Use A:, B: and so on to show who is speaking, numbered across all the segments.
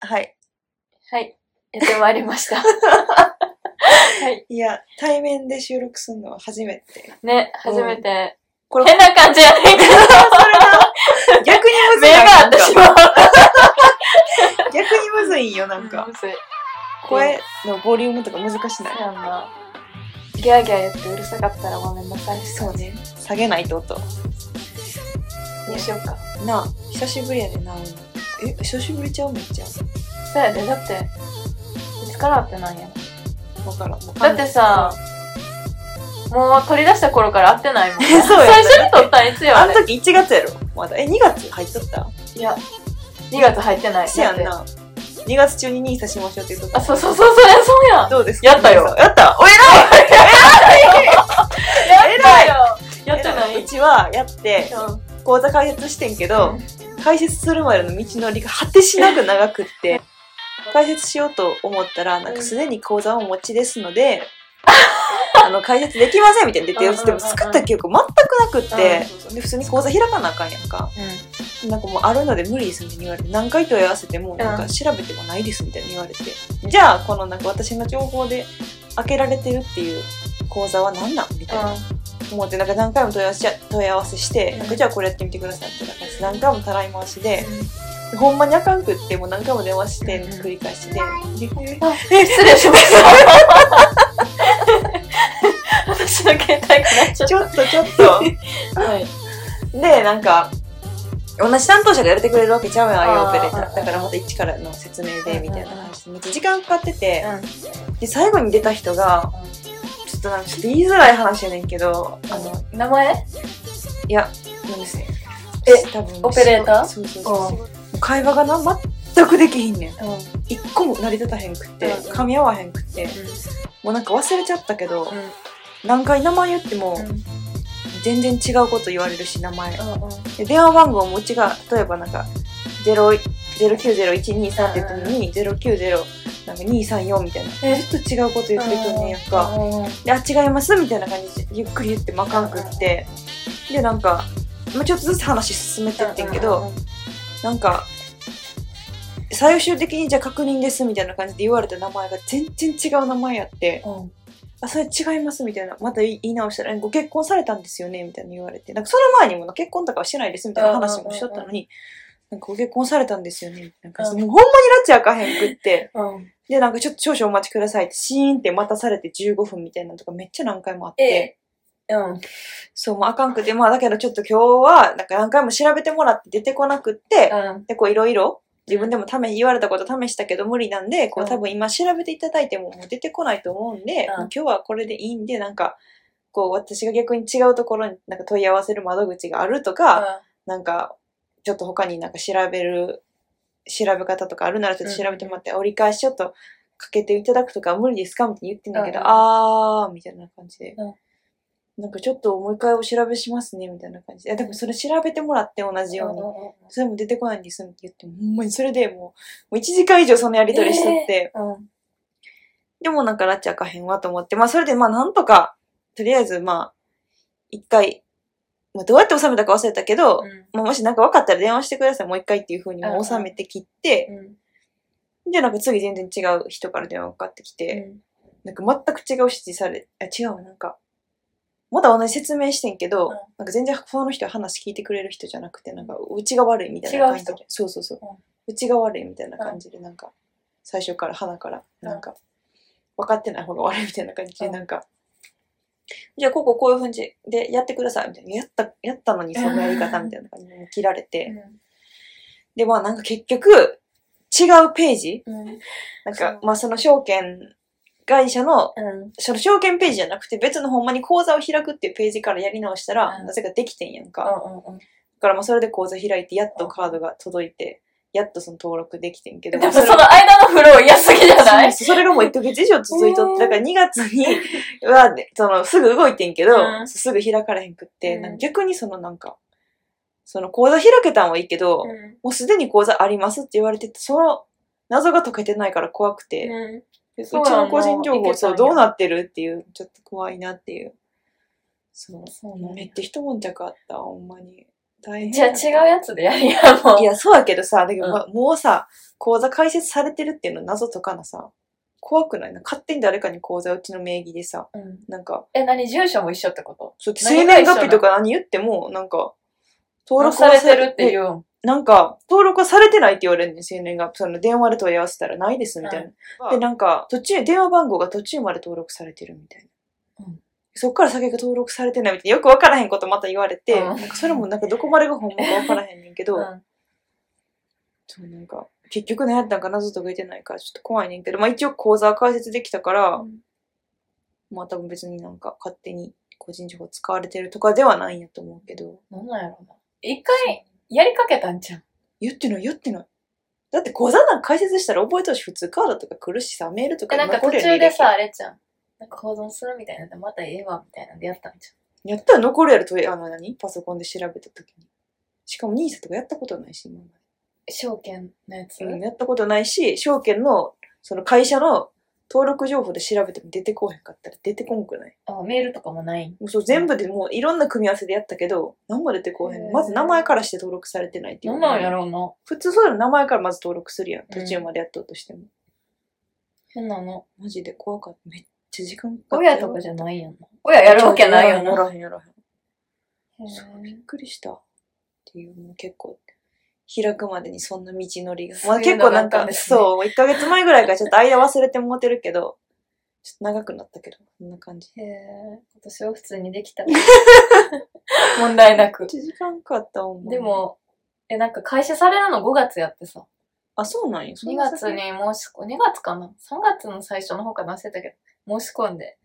A: はい。
B: はい。やってまいりま した。はい。
A: いや、対面で収録するのは初めて。
B: ね、初めて。
A: これ
B: 変な感じやねんけど。
A: 逆にむずい
B: 目
A: な。
B: が
A: なんか
B: 私は。
A: 逆にむずいんよ、なんか
B: む。ずい。
A: 声のボリュームとか難しない
B: そう。やんな。ギャーギャー言ってうるさかったらごめんなさい。
A: そうね。下げないってこと。
B: どうしようか。
A: なあ、久しぶりやでな。え、久しぶりちゃうめっちゃ。
B: そうやで、だって、いつからってなんやろ
A: わからん。もう
B: だってさ、もう取り出した頃から会ってないもん、ね。
A: そうや
B: 最初に取ったんいつよ、
A: あ
B: あ
A: の
B: れ。
A: 時1月やろ。まだ。え、2月入っとった
B: いや、2月入ってない。
A: せやん
B: だって。
A: な。2月中に2刺しましょうって言っとった
B: あ、そうそうそう、それ、そうやん。
A: どうですか
B: やったよ
A: やったお偉偉い
B: やってないい。
A: うちはやって、
B: うん
A: 講座解説してんけど、解説するまでの道のりが果てしなく長くって、解説しようと思ったら、なんかすでに講座をお持ちですので、あの、解説できませんみたいに出てる
B: うんうんうんうん
A: でも作った記憶全くなくって
B: うんそうそ、う
A: で、普通に講座開かなあかんやんか。なんかもうあるので無理ですみたいに言われて、何回問い合わせても、なんか調べてもないですみたいに言われて、じゃあ、このなんか私の情報で開けられてるっていう講座は何なんみたいな。思ってなんか何回も問い合わせ問い合わせして、
B: うん
A: なんかじゃあこれやってみてくださいってなんか何回もたらい回しで、ほんまにあかんくってもう何回も電話して
B: うんうん
A: 繰り返して、で
B: うん。失礼しました。私の携帯からちょっ
A: ちょっとちょっと
B: と。はい。
A: でなんか同じ担当者がやれてくれるわけちゃうやんああいうオペで
B: あー
A: だからまた一からの説明でみたいな
B: うんうんうん
A: 話でめっちゃ時間かかってて、
B: うん。
A: で最後に出た人がちょっとなんかちょっと言いづらい話やねんけどあ
B: あ
A: の
B: の、名前
A: いやなんですね
B: え
A: 多分
B: オペレーター
A: そうそうそうもう会話がな全くできひんねん
B: うん。
A: 一個も成り立たへんくって、
B: うん
A: 噛み合わへんくって、もうなんか忘れちゃったけど、
B: うん。
A: 何回名前言っても、
B: うん。
A: 全然違うこと言われるし、名前。
B: うん。
A: で電話番号もうちが、例えばなんか、0 0900123って言ったのに、090なんか234みたいな。
B: え
A: ずっと違うこと言ってくんねんやんか。で、あ、違いますみたいな感じで、ゆっくり言ってまかんくって。で、なんか、まあちょっとずつ話進めてってんけど、なんか、最終的にじゃあ確認ですみたいな感じで言われた名前が全然違う名前やって、
B: うん
A: あ、それ違いますみたいな、また言い言い直したら、えご結婚されたんですよねみたいに言われて、なんかその前にもな結婚とかはしてないですみたいな話もしとったのに、なんかご結婚されたんですよねみたいな感じで、もうほんまに拉致あかへんくって、
B: うん。
A: で、なんかちょっと少々お待ちくださいって、シーンって待たされて15分みたいなのとかめっちゃ何回もあって、
B: え、うん。
A: そう、もうあかんくて、まあだけどちょっと今日は、なんか何回も調べてもらって出てこなくって、
B: うん。
A: で、こういろいろ、自分でも試、言われたこと試したけど無理なんで、こう
B: うん
A: 多分今調べていただいてももう出てこないと思うんで、
B: うん
A: もう今日はこれでいいんで、なんか、こう私が逆に違うところになんか問い合わせる窓口があるとか、なんか、ちょっと他になんか調べる、調べ方とかあるならちょっと調べてもらって、折り返しちょっとかけていただくとか無理ですかみたいに言ってんだけど、
B: うん
A: あー、みたいな感じで。
B: うん
A: なんかちょっともう一回お調べしますね、みたいな感じで。いやでもそれ調べてもらって同じように。
B: う
A: それも出てこないんですって言って、ほんまにそれでもう、もう1時間以上そのやりとりしとって、
B: ん。うん。
A: でもなんかラッチあかへんわと思って、まあそれでまあなんとか、とりあえずまあ、一回、まあどうやって収めたか忘れたけど、まあもしなんか分かったら電話してください、もう一回っていう風にもう収めて切って、
B: うん。
A: でなんか次全然違う人から電話かかってきて、なんか全く違う指示され、あ、違う、なんか、まだ同じ説明してんけど、
B: うん
A: なんか全然その人は話聞いてくれる人じゃなくて、なんかうちが悪いみたいな感じで
B: 違う。
A: そうそうそう
B: うん。
A: うちが悪いみたいな感じで、なんか、最初から鼻から、なんか、分かってない方が悪いみたいな感じで、
B: うん
A: なんか、じゃあこここういう感じでやってくださいみたいな。やった、やったのにそのやり方みたいな感じで切られて。で、まあなんか結局、違うページ
B: うん。
A: なん
B: そう
A: か、まあその証券会社の
B: うん。
A: その証券ページじゃなくて別のほんまに講座を開くっていうページからやり直したら、
B: うん
A: なぜかできてんやんか。だ
B: うん。
A: からまあそれで講座開いて、やっとカードが届いて、やっとその登録できてんけ
B: で
A: ど。
B: も
A: そ
B: そ
A: れ
B: の間のフロー嫌すぎじゃない
A: そうそれがもう1ヶ月以上続いとって、だから2月には、そのすぐ動いてんけど、
B: うん
A: すぐ開かれへんくって、
B: うん
A: なんか逆にそのなんか、その講座開けたんはいいけど、もうすでに講座ありますって言われてて、その謎が解けてないから怖くて、
B: うん。
A: でうち
B: そうなの
A: の個人情
B: いけたん
A: 報、
B: や
A: そう、どうなってるっていう、ちょっと怖いなっていう。そう。
B: そう
A: めっちゃ一悶着あった、ほんまに。大変
B: じゃあ違うやつでやりや、もう
A: い。や、そうやけどさ、だけど、
B: うん
A: まもうさ、講座開設されてるっていうの謎とかなさ、怖くないな。勝手に誰かに講座うちの名義でさ、
B: うん
A: なんか、
B: え、何住所も一緒ってこと
A: そう、生年月日とか何言っても、なんか、登録
B: さ
A: は
B: れてるってい
A: ね
B: う。うん
A: なんか、登録はされてないって言われるねん、生年月日。その電話で問い合わせたらないです、みたいな。
B: はい
A: で、なんか、途中、電話番号が途中まで登録されてるみたいな。
B: うん
A: そっから先が登録されてないみたいな。よくわからへんことまた言われて、
B: う
A: な
B: ん
A: んかそれもなんかどこまでが本物かわからへんねんけど、そうなんか、結局何やったんか謎解けてないからちょっと怖いねんけど、まあ一応講座解説できたから、
B: うん
A: まあ多分別になんか勝手に個人情報使われてるとかではないんやと思うけど、
B: なんなんやろな。一回、やりかけたんじゃん。
A: 言ってない言ってない。だって講座なんか解説したら覚えてほしい普通カードとか来るしさ、メールとか
B: で、なんか
A: 残
B: 途
A: る
B: 中
A: や
B: で
A: ろ
B: さ、あれじゃん。なんか保存するみたいなんで、またええわ、みたいなんでやったんじ
A: やったら残るやろと、あの何パソコンで調べた時に。しかも兄さんとかやったことないし、今まで
B: ゃん。証券のやつ。
A: うん、やったことないし、証券の、その会社の登録情報で調べても出てこへんかったら出てこんくない
B: あメールとかもないん。
A: もうそう全部でもういろんな組み合わせでやったけど、何も出てこうへ
B: へ
A: ん。
B: ー
A: まず名前からして登録されてないっていう
B: な
A: ね、
B: んなんやろうな。
A: 普通そういうの名前からまず登録するやん。途中までやっとうとしても。
B: 変なの。
A: マジで怖かった。めっちゃ時間かかったよ。
B: 親とかじゃないやんな。親やるわけないよ
A: や
B: な。
A: らへんやらへん。そうびっくりした。っていう、もう結構、開くまでにそんな道のりが。まあ
B: そういう
A: 結
B: の
A: 構
B: があ
A: な
B: っ
A: ん
B: たん
A: か、
B: ですね
A: そう、1ヶ月前ぐらいからちょっと間忘れてもうてるけど、ちょっと長くなったけど、こんな感じ。
B: へえ、今年は普通にできた。 問題な
A: め
B: く
A: っ。ちゃ時間かかったもん。
B: で、も、え、なんか開始されるの5月やってさ。
A: あ、そうなんや。そん
B: 2
A: な先
B: 月に申し込、2月かな ?3 月の最初の方かな忘れたけど、申し込んで。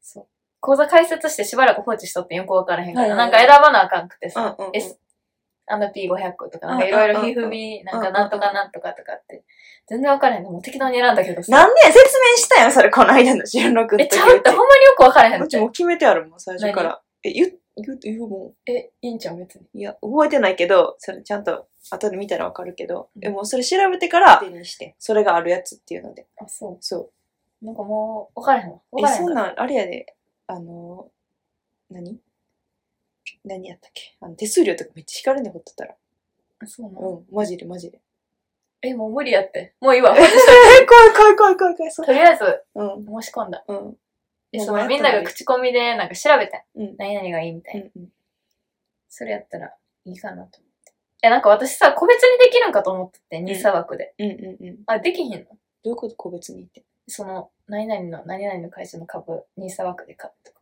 B: そう。講座開設してしばらく放置しとってよくわからへんから、
A: はいはいはい
B: なんか選ばなあかんくて
A: うん
B: さ、
A: うんうん。
B: S、P500 とか、なんかいろいろ
A: うんうんうん
B: ひふみ、なんかなんとかなんとかとかって、全然わからへんの。もう適当に選んだけどさ。
A: なんで説明したやん、それ、この間の収録の
B: え、
A: 時
B: ちゃうってほんまによくわからへん
A: う
B: っ
A: ち
B: て
A: も。う決めてあるもん、最初から。え、言う、言う、言うも
B: え、いいんちゃう別に。
A: ん。いや、覚えてないけど、それちゃんと後で見たらわかるけど、
B: うん
A: え、もうそれ調べてから、それがあるやつっていうので。
B: あ、そ。
A: そう
B: なんかもう、わからへんわ。
A: う。
B: わ
A: え、
B: からへん
A: そん
B: から。
A: なん、あれやで、あの、何何やったっけあの、手数料とかめっちゃ引かれんねん、ほっとったら。
B: あそうなの。
A: うん、マジでマジで。
B: え、もう無理やって。もういいわ。
A: え、 怖い怖い怖い怖い怖い、そう
B: と。りあえず、
A: うん、
B: 申し込んだ。
A: うん、うん、
B: で、
A: もう
B: その
A: 迷
B: み
A: っ
B: ん
A: たの
B: なが
A: に
B: 口コミでなんか調べて、
A: うん、
B: 何々がいいみたいな。
A: うん。
B: それやったらいいかなと思って。え、なんか私さ、個別にできるんかと思ってて、2砂枠で。
A: うん、うん、うん。ど
B: あ、できひんの
A: ういうこと個別に言って。
B: その、何々の、何々の会社の株、2砂枠で買うとか。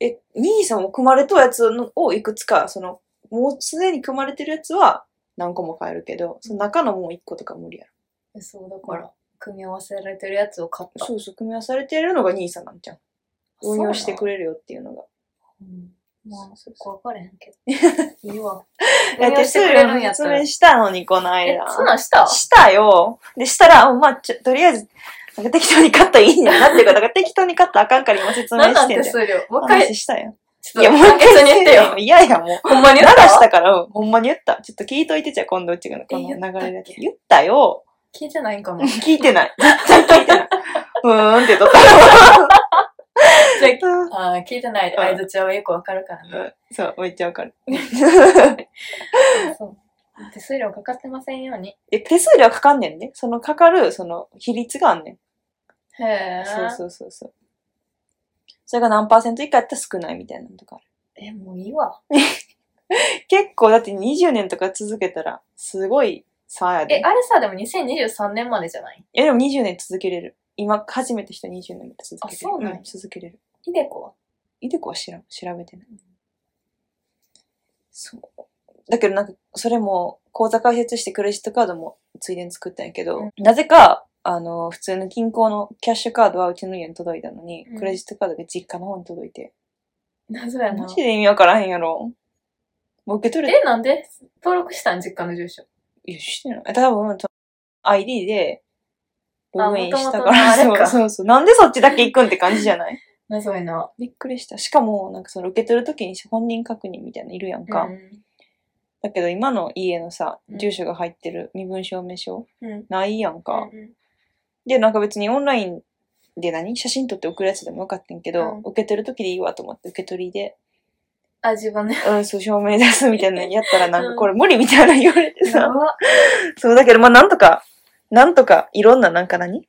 A: え、兄さんも組まれたやつのをいくつか、その、もうすでに組まれてるやつは何個も買えるけど、その中のもう1個とか無理や
B: えそう、だから、組み合わせられてるやつを買っ
A: ろ。
B: た。
A: そうそう、組み合わされてるのが兄さんなんじゃん。運用してく
B: れ。
A: れるよっていう のが。
B: うん。まあ、
A: そ
B: そ
A: そう
B: うこわからへんけど。いい わ。
A: や
B: 運用してくれるんやっ
A: 説
B: たら。
A: 明
B: え、
A: したのに、この間。
B: そんなんした
A: したよ。で、したら、まあ、ちょとりあえず、なんか適当に買ったらいいねんなっていうか、なんか適当に買ったらあかんから今説明
B: なんな
A: し
B: ん
A: てん
B: 手
A: じゃん。
B: 数料。もう一回、
A: 話したよ。
B: ち
A: い
B: ょっ
A: や、
B: と、
A: もう一
B: 簡潔
A: 回
B: に言ってよ。
A: いやいや、もう。
B: ほんまに
A: 流
B: 言った
A: したから、うん、ほんまに言った。ちょっと聞いといてじゃあ、今度うちがこの
B: え言ったっ
A: 流
B: け
A: れで。言ったよ。
B: 聞いてないんかも。
A: 聞いてない。絶対聞いてない。 うーんって言っとっ
B: じゃ
A: た。 うん
B: あ、あー聞いてない相づちはよくわかるからね。
A: そう、めっちゃわ かる。
B: そう。手数料かかってませんように。
A: え、手数料かかんねんね。そのかかる、その、比率があんねん。
B: へえ。
A: そうそうそうそう。それが何パーセント以下やったら少ないみたいなのとかある。
B: え、もういいわ。
A: 結構、だって20年とか続けたら、すごい差や
B: え、
A: で。
B: あれさ、でも2023年までじゃない
A: いや、でも20年続けれる。今、初めて人20年まで続けれる。
B: あそうなんや
A: 続けれる。
B: いでこは。
A: いでこは知らん調べてない。そう。だけどなんか、それも、口座開設してクレジットカードもついでに作ったんやけど、
B: うん
A: なぜか、あの、普通の銀行のキャッシュカードはうちの家に届いたのに、
B: うん
A: クレジットカードが実家の方に届いて。
B: 謎やな
A: マジ。で意味わからへんやろ。もう受け取れ、
B: え、なんで登録したん実家の住所。
A: いや、してない。多分、と ID で、ログインしたから、
B: あ元々のあれか
A: そうそうそう。なんでそっちだけ行くんって感じじゃない
B: 謎やな。
A: びっくりした。しかも、なんかその受け取るときに本人確認みたいなのいるやんか。
B: うん。
A: だけど今の家のさ、
B: うん
A: 住所が入ってる身分証明書
B: うん。
A: ないやんか。
B: うん
A: で、なんか別にオンラインで何写真撮って送るやつでもよかったんやけど、
B: うん
A: 受け取る時でいいわと思って受け取りで
B: あ、自分 ね。
A: うん、そう、証明出すみたいなのやったらなんかこれ無理みたいなの言われて
B: や
A: さ。
B: ば
A: そう、だけどまあなんとか、なんとかいろんななんか何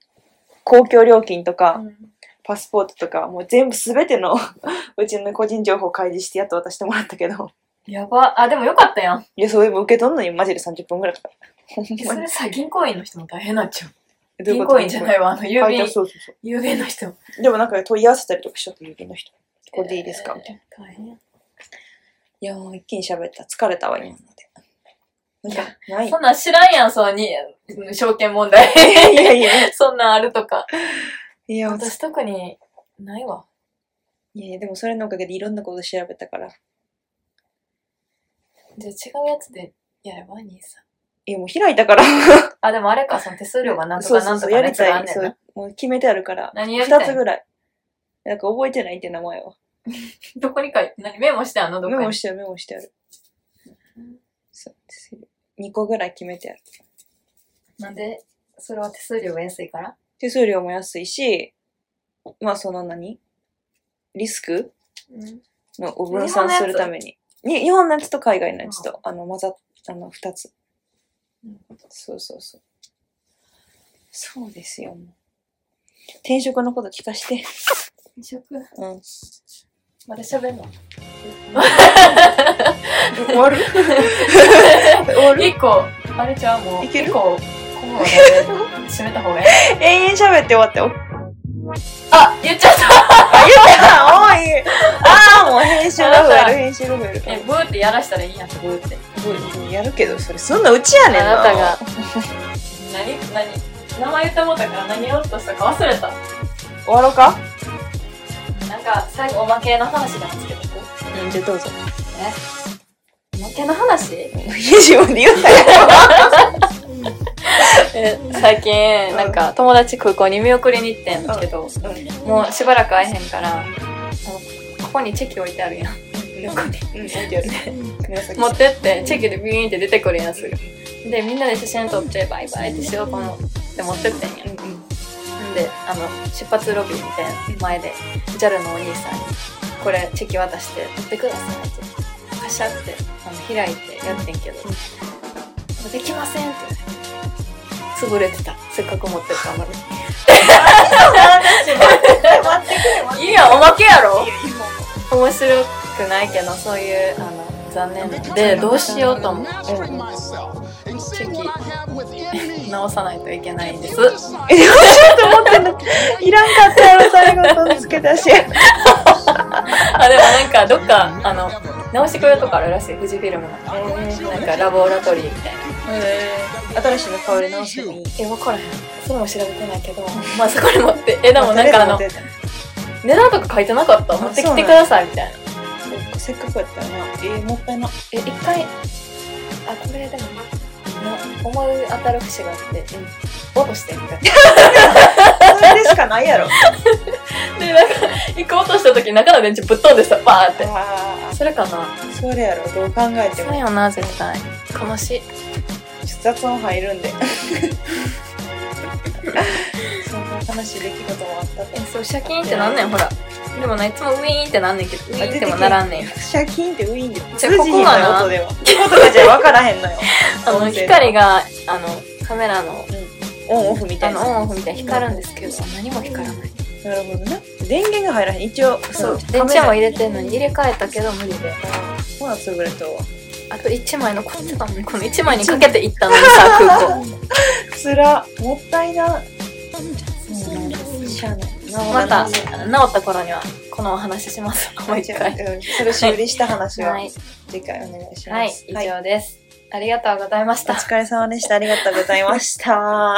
A: 公共料金とか、
B: うん
A: パスポートとか、もう全部すべての うちの個人情報開示してやっと渡してもらったけど。
B: やば。あ、でもよかったや ん。
A: いや、それも受け取んのにマジで30分くらいかかる。ほん
B: そ
A: まに
B: れさ、銀行員の人も大変なんちゃう。
A: どうい
B: 銀
A: うこと
B: 行員じゃないわ、あの、郵
A: 配
B: 便
A: 達、そうそうそ
B: 郵便の人も。
A: う。でもなんか問い合わせたりとかしちゃった郵便の人。これでいいですかみたいな。
B: えー大変や
A: いやー、一気に喋った。疲れたわ、今ので。
B: い
A: い
B: や
A: や、ない。い
B: そんなん知らんやん、そうに、証券問題。
A: やいやい
B: そんなんあるとか。
A: や。いや、私
B: 私特にないわ。
A: いや、でもそれのおかげでいろんなこと調べたから。
B: じゃあ違うやつでやれば兄さん。
A: いや、もう開いたから。
B: あ、でもあれか、その手数料がなんと
A: そう
B: か
A: そ
B: な
A: うん
B: と
A: そう、
B: か
A: や
B: ね
A: り
B: つが
A: た
B: あん
A: い。
B: ねん
A: そ
B: な
A: う、もう決めてあるから。
B: 何やりたい
A: 二つぐらい。なんか覚えてないって名前を。
B: どこに書いて、何メモしてあんのど
A: メ
B: こ
A: モ
B: に
A: してある、メモしてある
B: うん。
A: そうですよ。2個ぐらい決めてある。
B: なんで、それは手数料が安いから
A: 手数料も安いし、まあその何リスク
B: うん。
A: のを分散するために。に日本のやつと海外のやつと、あの、混ざっ、あの、二つ。そうそうそう。そうですよ、もう転職のこと聞かして。
B: 食
A: うん。
B: まだ喋んの
A: 終わる終わる
B: 一個、あれちゃうもう。
A: いける
B: 一個、こうまで閉めた方がいい。
A: 永遠喋って終わって。お
B: あ、言っちゃった
A: あ、言ったおいああ、もう編集が増える、編集が増える。
B: え、ブーってやらしたらいいやん、ブーって。
A: やるけど、それ、そんなうちやねんな。
B: あなたが。何何名前言ってもうたから何をとしたか忘れた。
A: 終わろうか
B: なんか、最後おまけの話なんですけど。
A: うん、じゃあどうぞ。
B: おまけの話
A: 自分で言ったよ。
B: え最近なんか友達空港に見送りに行ってんけど、もうしばらく会えへんからあのここにチェキ置いてあるやん
A: 横に。うん、見てる。紫。
B: 持ってってチェキでビーンって出てくるやつがでみんなで写真撮ってバイバイってしようと思って持ってってんや
A: うんうん。
B: んであの出発ロビーみたいな前で JAL のお兄さんに「これチェキ渡して取ってください」ってカシャってあの開いてやってんけど「できません」って潰れてたせっかく持ってったのに
A: 待ってくれ、待って
B: いいやんおまけやろ
A: くれ。今
B: 面白くないけどそういうあの残念なので
C: で
B: ど
C: ど
B: う
C: う
B: し
C: し
B: よ
C: よう
B: うと
C: と
B: 思
C: 思う
B: って
C: チェキ
B: 直さないといけないんです
A: え、どうしようと思ってんのいらんかったやろ、最後、とんつけ出し。
B: あでもなんかどっかあの直してくれるとこあるらしい富士フィルムのなんかラボラトリーみたいな
A: 新しいの香り直してもいい。
B: え分からへんそれも調べてないけどまあそこに持ってえでもなんかあの
A: そう
B: 値段とか書いてなかった持ってきてくださいみたいな
A: かせっかくやったらな。えー、もったいな。
B: え一回あこれでもな思い当たる節があって、うん、落としてみたいな
A: それでしかないやろ。
B: でなんか行こうとした時中の電池ぶっ飛んでさバーって
A: あ
B: それかな
A: あ、それやろ、どう考えても。
B: よな絶対悲しい
A: 雑音入るんでそんな悲しい出来事もあった
B: え
A: と
B: そうシャキーンってなんねんほらでもないつもウィーンってなんねんけどウィーンってもならんねん
A: シャキーンってウィーンで通
B: じゃあ
A: じ
B: こ
A: ひんの
B: こ
A: よ
B: がな
A: 音では音がじゃ分からへんのよ
B: あの光があのカメラの
A: オンオフみた
B: あ
A: い
B: の
A: な
B: オンオフみたいに光るんですけど何も光らない
A: なるほどな電源が入らへん一応
B: そう
A: カメ
B: 電
A: ラ
B: 池も入れてんのに入れ替えたけど無理で
A: ほな潰れたわ
B: あと1枚残ってたのにこの1枚にかけていったのに さ空港
A: つらもったいな
B: そうなんです
A: しゃあない
B: またあ
A: 直
B: の治った頃にはこのお話しします もう
A: らん
B: 一
A: じゃあ
B: 回
A: うんそれ修理した話は
B: はい
A: 次回お願いし
B: は
A: ま
B: い
A: す
B: 以上です、ありがとうございまし
A: お
B: た
A: 疲れ様でしたありがとうございました